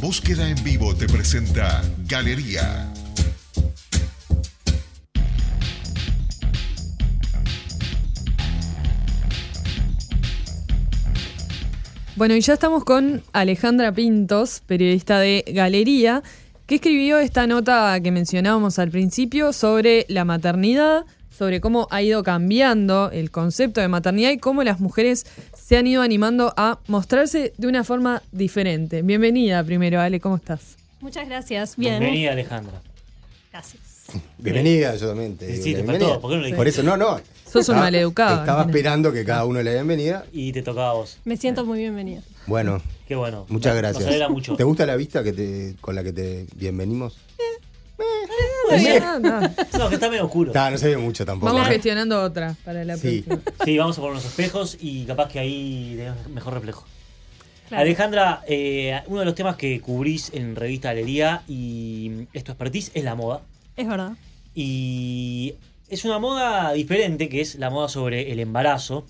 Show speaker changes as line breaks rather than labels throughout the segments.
Búsqueda en vivo te presenta Galería.
Bueno, y ya estamos con Alejandra Pintos, periodista de Galería, que escribió esta nota que mencionábamos al principio sobre la maternidad, sobre cómo ha ido cambiando el concepto de maternidad y cómo las mujeres se han ido animando a mostrarse de una forma diferente. Bienvenida primero, Ale, ¿cómo estás?
Muchas gracias. Bien.
Bienvenida, Alejandra.
Gracias.
Bienvenida, yo también. te
Sí,
digo
sí,
la
te
bienvenida.
faltó, ¿por qué no le
Por
dijiste?
eso, no, no.
un
Estaba-
maleducado,
Estaba
Cristina.
esperando que cada uno le dé bienvenida.
Y te tocaba a vos.
Me siento muy bienvenida.
Bueno,
Qué bueno.
muchas
Nos-
gracias.
Nos alegra mucho.
¿Te gusta la vista que te, con la que te bienvenimos?
Ah, no.
No, que está medio oscuro.
Está, no se ve mucho tampoco.
Vamos
¿eh?
gestionando otra para la
Sí.
próxima.
Sí, vamos a poner unos espejos y capaz que ahí tenemos mejor reflejo.
Claro.
Alejandra, eh, uno de los temas que cubrís en Revista Galería y es tu expertise es la moda.
Es verdad.
Y es una moda diferente, que es la moda sobre el embarazo.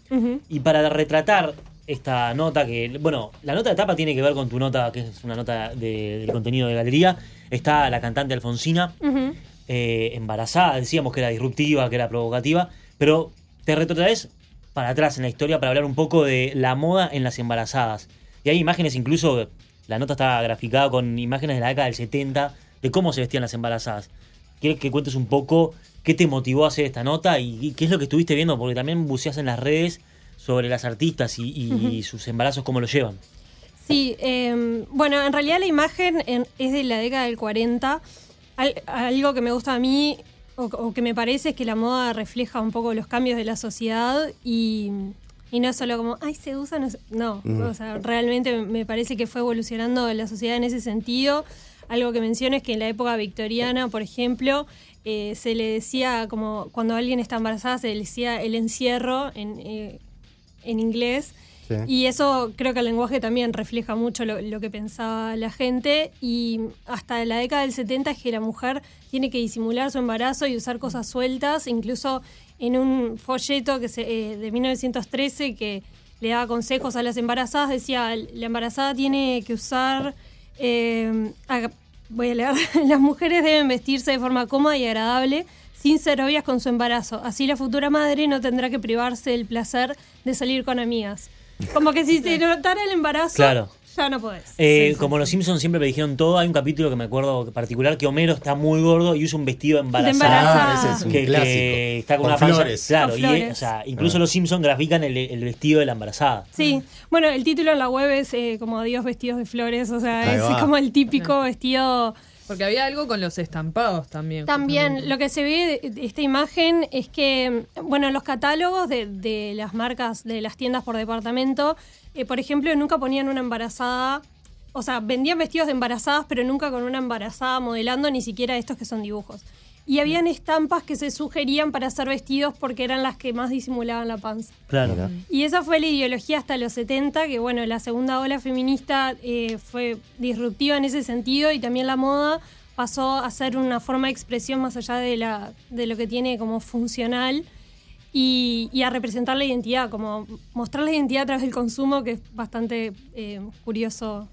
Y para retratar esta nota, que, bueno, la nota de tapa tiene que ver con tu nota, que es una nota de- del contenido de galería, está la cantante Alfonsina,
Ujú.
eh, embarazada, decíamos que era disruptiva, que era provocativa, pero te retrotraes para atrás en la historia para hablar un poco de la moda en las embarazadas. Y hay imágenes incluso, la nota está graficada con imágenes de la década del 70, de cómo se vestían las embarazadas. Quiero que cuentes un poco qué te motivó a hacer esta nota y, y qué es lo que estuviste viendo, porque también buceas en las redes sobre las artistas y, y sus embarazos, cómo lo llevan.
Sí, eh, bueno, en realidad la imagen en- es de la década del 40. Al- algo que me gusta a mí o, o que me parece es que la moda refleja un poco los cambios de la sociedad y, y no es solo como, ay, se usa, no. se-". No, o sea, realmente me parece que fue evolucionando la sociedad en ese sentido. Algo que menciono es que en la época victoriana, por ejemplo, eh, se le decía como cuando alguien está embarazada se le decía el encierro en, eh, en inglés.
Sí.
Y eso creo que el lenguaje también refleja mucho lo, lo que pensaba la gente. Y hasta la década del 70 es que la mujer tiene que disimular su embarazo y usar cosas sueltas. Incluso en un folleto que se, eh, de 1913 que le daba consejos a las embarazadas, decía, la embarazada tiene que usar... eh, aga- voy a leer. Las mujeres deben vestirse de forma cómoda y agradable, sin ser obvias con su embarazo. Así la futura madre no tendrá que privarse del placer de salir con amigas. Como que si te notara el embarazo,
Claro.
ya no podés.
Eh, como los Simpsons siempre me dijeron todo, hay un capítulo que me acuerdo particular que Homero está muy gordo y usa un vestido
embarazada.
embarazado.
Ah,
ese es un
que,
clásico.
que está con,
Con
una panza-
flores.
Claro,
Con
y, eh,
flores.
o sea, incluso los Simpsons grafican el, el vestido de la embarazada.
Sí, bueno, el título en la web es eh, como Adiós vestidos de flores, o sea,
Ahí
es
va.
como el típico vestido
Porque había algo con los estampados también.
También lo que se ve de- de esta imagen es que, bueno, los catálogos de, de las marcas, de las tiendas por departamento, eh, por ejemplo, nunca ponían una embarazada, o sea, vendían vestidos de embarazadas, pero nunca con una embarazada modelando, ni siquiera estos que son dibujos. Y habían estampas que se sugerían para hacer vestidos porque eran las que más disimulaban la panza.
Claro.
Mira.
Y esa fue la ideología hasta los 70, que bueno, la segunda ola feminista eh, fue disruptiva en ese sentido y también la moda pasó a ser una forma de expresión más allá de, la, de lo que tiene como funcional y, y a representar la identidad, como mostrar la identidad a través del consumo, que es bastante eh, curioso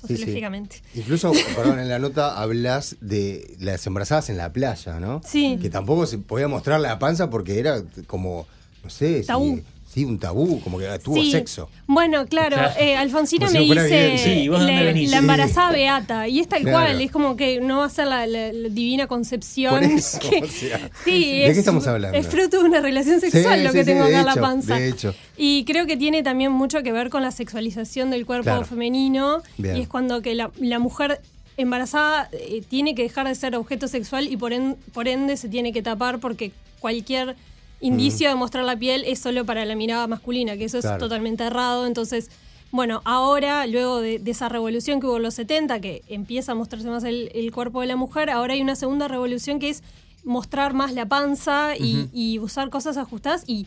Sí, sí.
sociológicamente.
Incluso, perdón, en la nota hablas de las embarazadas en la playa, ¿no?
Sí.
Que tampoco se podía mostrar la panza porque era como, no sé, si-
Tabú.
sí, un tabú, como que tuvo
Sí.
sexo.
Bueno, claro,
Claro.
eh, Alfonsina
Como si
me
no fuera
dice
evidente.
Sí, ¿vos dónde
la,
venís?
la
Sí.
embarazada beata, y es tal
Claro.
cual, es como que no va a ser la, la- la divina concepción.
Por eso,
que-
o sea,
sí,
¿de
es,
qué estamos hablando?
Es fruto de una relación sexual
Sí,
lo
sí,
que
sí,
tengo
de
acá en la
hecho,
panza.
de hecho.
Y creo que tiene también mucho que ver con la sexualización del cuerpo
Claro.
femenino,
Bien.
y es cuando que la, la mujer embarazada eh, tiene que dejar de ser objeto sexual y por, en- por ende se tiene que tapar porque cualquier indicio de mostrar la piel es solo para la mirada masculina, que eso es
Claro.
totalmente errado. Entonces, bueno, ahora, luego de, de esa revolución que hubo en los 70, que empieza a mostrarse más el, el cuerpo de la mujer, ahora hay una segunda revolución que es mostrar más la panza y, y usar cosas ajustadas y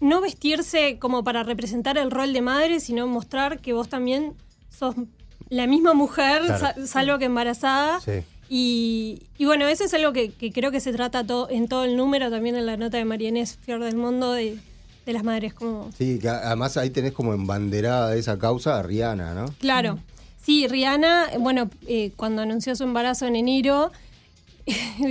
no vestirse como para representar el rol de madre, sino mostrar que vos también sos la misma mujer,
Claro.
sa- salvo que embarazada.
Sí.
Y, y bueno, eso es algo que, que creo que se trata to- en todo el número, también en la nota de María Inés Fior del Mundo, de, de las madres como...
Sí, que además ahí tenés como embanderada de esa causa a Rihanna, ¿no?
Claro. Sí, Rihanna, bueno, eh, cuando anunció su embarazo en enero,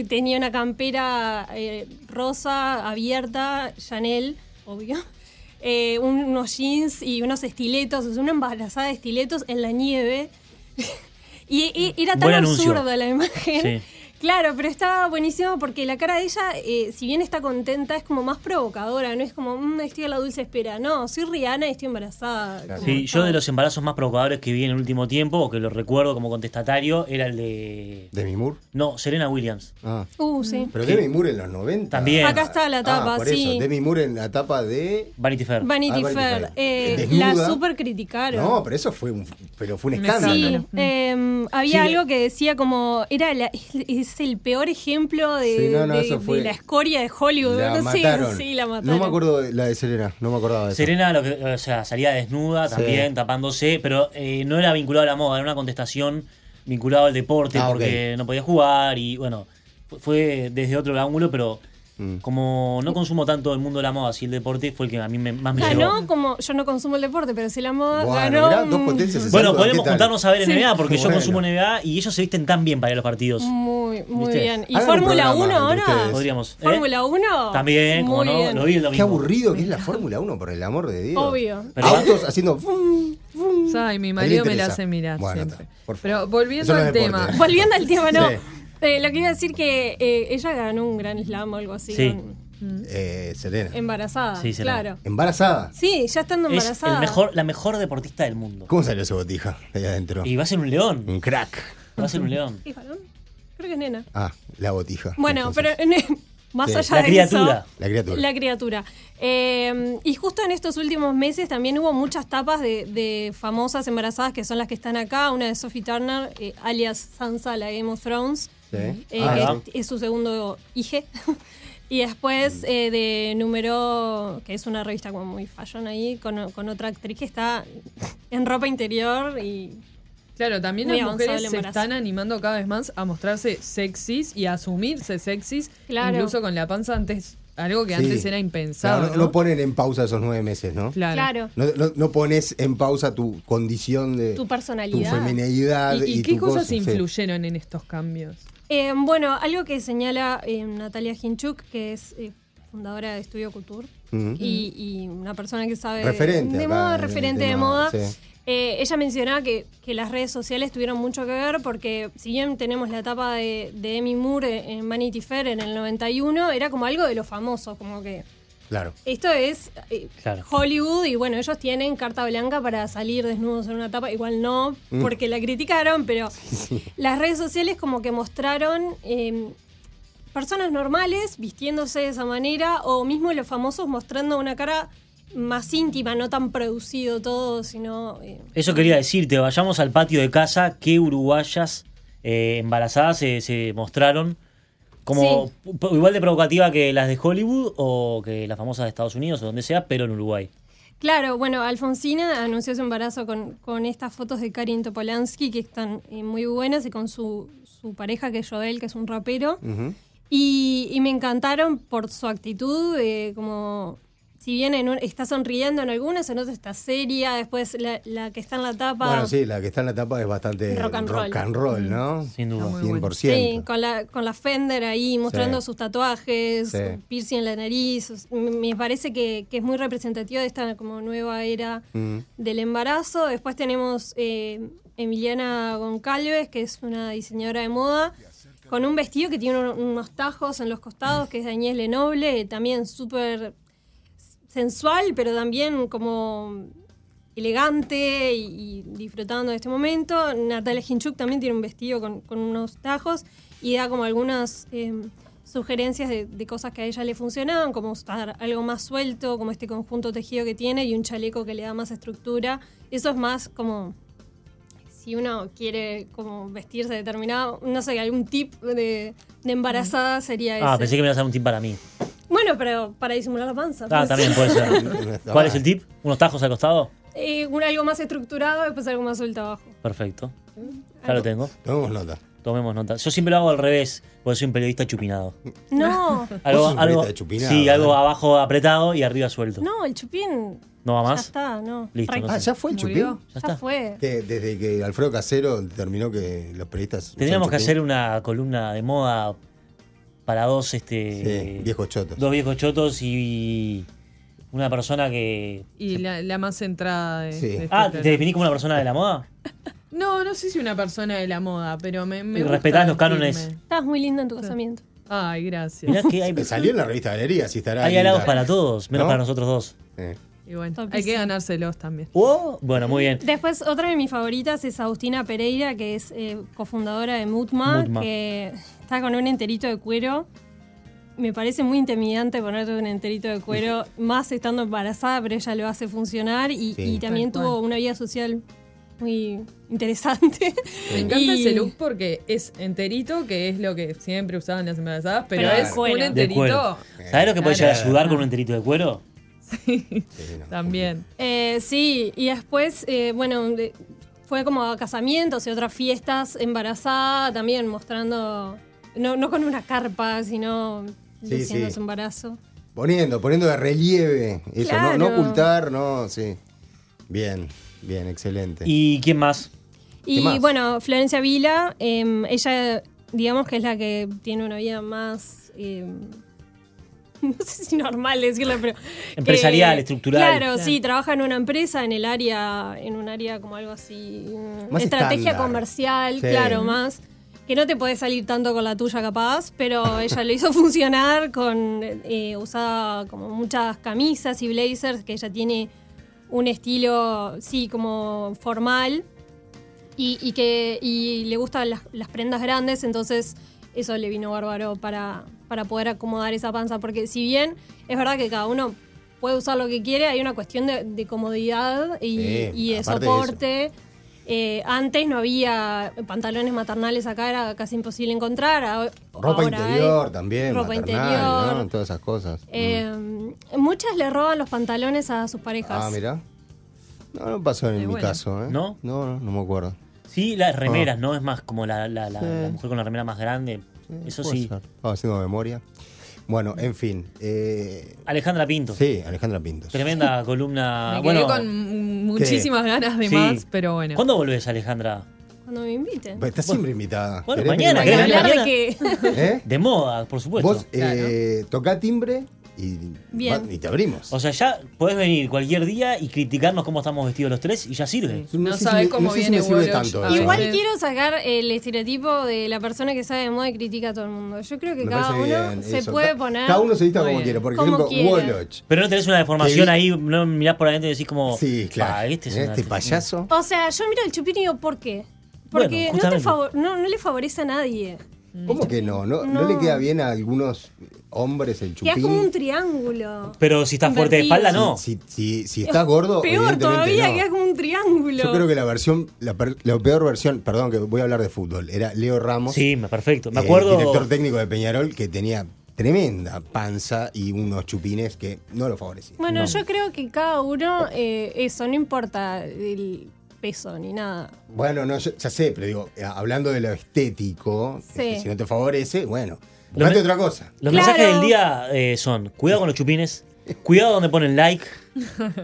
tenía una campera eh, rosa, abierta, Chanel, obvio. eh, un- unos jeans y unos estiletos, es una embarazada de estiletos en la nieve. y, y- era tan
Buen anuncio.
absurda la imagen.
Sí.
Claro, pero está buenísimo porque la cara de ella, eh, si bien está contenta, es como más provocadora, no es como, "Mm, estoy a la dulce espera. No, soy Rihanna y estoy embarazada.
Claro.
Como
Sí, yo
todo.
de los embarazos más provocadores que vi en el último tiempo, o que lo recuerdo como contestatario, era el de.
¿De Mimur?
No, Serena Williams.
Ah.
Uh, sí.
Pero
¿Qué?
Demi Moore en los 90.
También. Acá
está la
Ah,
tapa,
por
sí.
Eso. Demi Moore en la tapa de.
Vanity Fair.
Vanity
Ah, Vanity
Fair,
Fair.
eh,
Desnuda.
la super criticaron.
No, pero eso fue un, pero fue un
Sí.
escándalo.
Sí,
Claro.
eh, había
Sí.
algo que decía como, era la- es, es el peor ejemplo de,
Sí, no, no,
de-
eso fue-
de la escoria de Hollywood.
La
no
mataron.
sé, sí, la mataron.
No me acuerdo de la de Serena, no me acordaba de eso.
Serena lo que- o sea, salía desnuda
Sí.
también, tapándose, pero eh, no era vinculado a la moda, era una contestación vinculada al deporte,
Ah,
porque
ok.
no podía jugar y bueno, fu- fue desde otro ángulo, pero
Mm.
como no consumo tanto el mundo de la moda, así el deporte fue el que a mí me- más me
Ganó
llegó.
como, yo no consumo el deporte, pero si la moda
Bueno,
ganó
mirá, dos
un-
potencias se
Bueno,
saludan, ¿qué
podemos
tal?
juntarnos a ver
Sí.
NBA porque yo
Bueno.
consumo NBA y ellos se visten tan bien para ir a los partidos.
Muy, muy
¿Viste?
bien. ¿Y
Hagan un
Fórmula
programa
1
entre
ahora?
ustedes.
Podríamos. ¿eh?
¿Fórmula 1?
También, como
muy
no,
bien.
lo vi el
Qué
domingo.
aburrido que es la Fórmula 1, por el amor de Dios.
Obvio.
Pero-
Autos haciendo.
Ay, mi
le
marido me la
interesa.
hace mirar
Bueno,
siempre.
está, por favor.
Pero volviendo
Eso no es
al
deporte.
tema.
Volviendo al tema, no.
Sí.
Eh, lo que iba a decir que eh, ella ganó un gran slam o algo así.
Sí.
con-
Eh, Serena.
Em- embarazada.
Sí, será.
claro.
Embarazada.
Sí, ya estando
Es
embarazada.
el mejor, la mejor deportista del mundo.
¿Cómo Mm. salió esa botija de ahí adentro?
Y va a ser un león.
Un crack.
Va a ser un león.
¿Es varón? Creo que es nena.
Ah, la botija.
Bueno,
Entonces,
pero más
Sí.
allá
La
de
criatura.
eso.
La criatura.
La criatura. Eh, y justo en estos últimos meses también hubo muchas tapas de, de famosas embarazadas que son las que están acá. Una de Sophie Turner, eh, alias Sansa, la Game of Thrones,
Sí.
eh,
Ah,
que
¿verdad?
es, es su segundo hijo. y
Mm.
después eh, de Número, que es una revista como muy fashion ahí, con, con otra actriz que está en ropa interior y
Claro, también
Muy
las
avanzado
mujeres
el
se
embarazo.
están animando cada vez más a mostrarse sexys y a asumirse sexys,
Claro.
incluso con la panza antes, algo que
Sí.
antes era impensado.
Claro, no,
¿no?
no ponen en pausa esos nueve meses, ¿no?
Claro.
claro.
No, no- no pones en pausa tu condición de.
Tu personalidad.
Tu femineidad.
¿Y,
Ah, ¿Y,
y qué
tu
cosas
cosa, sí.
influyeron en estos cambios?
Eh, bueno, algo que señala eh, Natalia Hinchuk, que es eh, fundadora de Estudio Couture
Ujú.
y, y una persona que sabe
Referente
de
acá
moda,
en el
referente de
tema,
moda.
sí.
Eh, ella mencionaba que, que las redes sociales tuvieron mucho que ver porque si bien tenemos la etapa de, de Emmy Moore en Vanity Fair en el 91, era como algo de lo famoso, como que
Claro.
esto es eh,
Claro.
Hollywood y bueno, ellos tienen carta blanca para salir desnudos en una tapa. Igual no, porque la criticaron, pero las redes sociales como que mostraron eh, personas normales vistiéndose de esa manera o mismo los famosos mostrando una cara más íntima, no tan producido todo, sino... eh,
Eso quería decirte, vayamos al patio de casa, qué uruguayas eh, embarazadas se, se mostraron. Como p- igual de provocativa que las de Hollywood o que las famosas de Estados Unidos o donde sea, pero en Uruguay.
Claro, bueno, Alfonsina anunció su embarazo con, con estas fotos de Karin Topolansky que están eh, muy buenas y con su, su pareja que es Joel, que es un rapero.
Mm.
y, y me encantaron por su actitud, eh, como si bien en un- está sonriendo en algunas, en otras está seria, después la, la que está en la tapa.
Bueno, sí, la que está en la tapa es bastante
Rock and roll.
roll, ¿no?
Sin duda.
Está muy
100%.
Sí, con la, con la Fender ahí, mostrando
Sí.
sus tatuajes,
Sí.
piercing en la nariz. Es- Me me parece que, que es muy representativo de esta como nueva era
Mm.
del embarazo. Después tenemos eh, Emiliana Goncalves, que es una diseñadora de moda, con un vestido que tiene un- unos tajos en los costados, que es de Agnès Lenoble, también súper sensual, pero también como elegante y, y disfrutando de este momento. Natalia Hinchuk también tiene un vestido con, con unos tajos y da como algunas eh, sugerencias de, de cosas que a ella le funcionaban, como usar algo más suelto, como este conjunto tejido que tiene y un chaleco que le da más estructura. Eso es más como si uno quiere como vestirse determinado, no sé, algún tip de, de embarazada sería ese.
Ah, pensé que me ibas a dar un tip para mí.
Bueno, pero para disimular la panza.
Ah,
pues.
también puede ser.
Está
¿Cuál
mal.
es el tip? ¿Unos tajos al costado?
Eh, un- algo más estructurado, después algo más suelto abajo.
Perfecto. Ya lo tengo.
Tomemos nota.
Tomemos nota. Yo siempre lo hago al revés, porque soy un periodista chupinado.
No,
sos un periodista chupinado, eh?
sí, algo
¿verdad?
abajo apretado y arriba suelto.
no, el chupín.
¿No va
Ya
más?
está, no.
Listo,
Re-
no
Ah,
sé.
¿ya fue el
¿Murió?
chupín?
Ya
ya
está.
fue.
Que desde que Alfredo Casero determinó que los periodistas. usan
Tendríamos que
chupín.
hacer una columna de moda para dos, este,
Sí, viejos chotos.
dos viejos chotos y una persona que...
Y la, la más centrada de,
Sí.
de
Ah,
este
¿te definís como una persona de la moda?
No, no sé si una persona de la moda, pero me, me
Y
gusta
respetás los
vestirme.
cánones.
Estabas muy linda en tu casamiento.
Ay, gracias.
Mirá que hay,
Eh, Salió en la revista Galería, si estará.
hay
linda.
halagos para todos, menos
¿No?
para nosotros dos.
Eh.
Y bueno, hay que
Topísimo.
ganárselos también.
Oh, Bueno, muy bien.
Después, otra de mis favoritas es Agustina Pereira, que es eh, cofundadora de Mutma,
Mutma.
que está con un enterito de cuero. Me parece muy intimidante ponerte un enterito de cuero, más estando embarazada, pero ella lo hace funcionar y,
Sí.
y también
Tal
tuvo una vida social muy interesante.
Me encanta
Y-
ese look porque es enterito, que es lo que siempre usaban las embarazadas, pero,
Pero de
es
cuero.
un
De
De
enterito Ah,
cuero. ¿Sabés lo que podés
Claro.
llegar a sudar con un enterito de cuero?
Sí, no.
también.
Eh, sí, y después, eh, bueno, de- fue como a casamientos y otras fiestas, embarazada también mostrando, no, no con una carpa, sino
Sí,
diciendo
sí.
su embarazo.
Poniendo, poniendo de relieve eso,
Claro.
no, no ocultar, no, sí. Bien, bien, excelente.
¿Y quién más?
¿Qué
Y
más?
bueno, Florencia Vila, em, ella digamos que es la que tiene una vida más... em, no sé si normal decirlo, pero... que-
Empresarial, estructural.
Claro, sí, trabaja en una empresa, en el área, en un área como algo así... mm,
Más
estrategia
estándar.
comercial,
Sí.
claro, más... Que no te podés salir tanto con la tuya capaz, pero ella lo hizo funcionar con... eh, usaba como muchas camisas y blazers que ella tiene un estilo, sí, como formal y, y que y le gustan las, las prendas grandes, entonces eso le vino bárbaro para, para poder acomodar esa panza, porque si bien es verdad que cada uno puede usar lo que quiere, hay una cuestión de, de comodidad y,
Sí,
y de
aparte de eso.
soporte. Eh, antes no había pantalones maternales acá, era casi imposible encontrar. ahora-
ropa
ahora hay.
interior también,
ropa
maternal,
interior.
¿no? Todas esas cosas. Mm.
Eh, Muchas le roban los pantalones a sus parejas.
ah, mira. No, no pasó en
Eh,
mi
bueno.
caso, ¿eh?
¿No?
No, no, no me acuerdo.
Sí, las
Ah.
remeras, ¿no? Es más como la, la- la-
Sí.
la mujer con la remera más grande. Eso
Puede
sí.
ser. Estaba haciendo memoria. Bueno, en fin. eh,
Alejandra Pinto.
sí, Alejandra Pintos.
Tremenda columna.
me quedé
Ah, bueno,
con muchísimas ganas de
sí.
más, pero bueno.
¿Cuándo volvés, Alejandra?
Cuando me inviten.
Estás siempre invitada.
Bueno,
¿Querés venir
mañana,
Hay que
¿querés
hablar de
mañana?
que-
¿Eh?
De moda, por supuesto.
Vos eh, tocá timbre y,
Bien.
va- y te abrimos.
O sea, ya podés venir cualquier día y criticarnos cómo estamos vestidos los tres y ya sirve.
Sí. No
sé si
sabés
me-
cómo
no sé si
viene
me sirve
Woloch
tanto
a
Ah,
eso,
Igual
¿eh?
veces.
quiero sacar el estereotipo de la persona que sabe de moda y critica a todo el mundo. Yo creo que
Me
cada uno
parece bien
se
eso.
puede
Ca-
poner.
Cada uno se vista
Muy
como
bien.
quiere. Por
Como
ejemplo,
quiere.
Woloch.
Pero no tenés una deformación
Te vi-
ahí, no mirás por adentro y decís como.
Sí, claro.
"Pa, este es un artista".
payaso.
O sea, yo miro el chupín y digo, ¿por qué? Porque no,
Bueno,
te
justamente.
favor- no, no le favorece a nadie.
¿Cómo que no? no? no
Mm. No.
le queda bien a algunos hombres el
Queda
chupín?
como un triángulo.
Pero si estás fuerte de espalda, no.
Si, si- si estás gordo,
Peor todavía,
evidentemente
queda
no.
como un triángulo.
Yo creo que la versión, la, per- la peor versión, perdón que voy a hablar de fútbol, era Leo Ramos.
Sí, me- perfecto. Me
eh,
acuerdo.
director técnico de Peñarol que tenía tremenda panza y unos chupines que no lo favorecían.
Bueno,
No.
yo creo que cada uno, eh, eso, no importa el peso ni nada.
Bueno, no, yo- ya sé, pero digo, eh, hablando de lo estético,
Sí.
eh, si no te favorece, bueno,
Lo
buscate
me-
otra cosa.
Los
Claro.
mensajes del día eh, son: cuidado con los chupines, cuidado donde ponen like,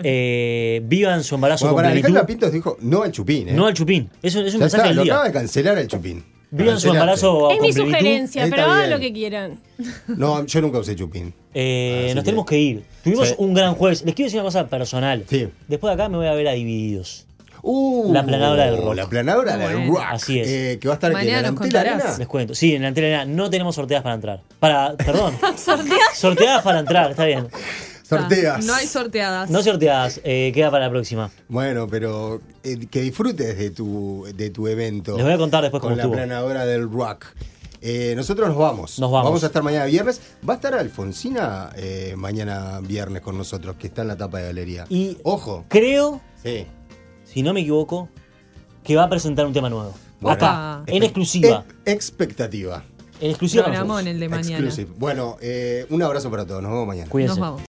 eh, vivan su embarazo
Bueno,
con
para
plenitud,
Alejandra Pintos dijo no al chupín, ¿eh?
no al chupín. Eso es un
Ya
mensaje
está,
del
lo acaba
día.
de cancelar el chupín.
Vivan su
Cancelaste.
embarazo
es
con
mi
plenitud.
sugerencia,
Está
pero hagan
bien.
lo que quieran.
No, yo nunca usé chupín.
Eh,
Así
nos
que-
tenemos que ir. Tuvimos
Sí.
un gran jueves. Les quiero decir una cosa personal.
Sí.
Después de acá me voy a ver a Divididos.
Uh,
La planadora del rock.
La planadora del
Bueno,
rock.
así es.
Eh, que va a estar
Mañana
en la
nos
Antel
contarás.
Arena.
Les cuento. Sí, en la antena no tenemos sorteadas para entrar. Para, perdón. Sorteadas para entrar, está bien.
Sorteas.
No hay sorteadas.
No sorteadas, eh, queda para la próxima.
Bueno, pero eh, que disfrutes de tu, de tu evento.
Les voy a contar después
Con
cómo
la
estuvo.
planadora del rock. Eh, nosotros nos vamos.
Nos vamos.
a estar mañana viernes. Va a estar Alfonsina eh, mañana viernes con nosotros, que está en la tapa de galería.
Y-
ojo.
Creo,
Sí.
si no me equivoco, que va a presentar un tema nuevo.
Bueno,
Ah.
Acá, en
espe-
exclusiva.
e- expectativa.
En exclusiva. para nosotros.
Programón el de mañana.
Exclusive. Bueno, eh, un abrazo para todos. Nos vemos mañana.
Cuídense.
Nos vamos.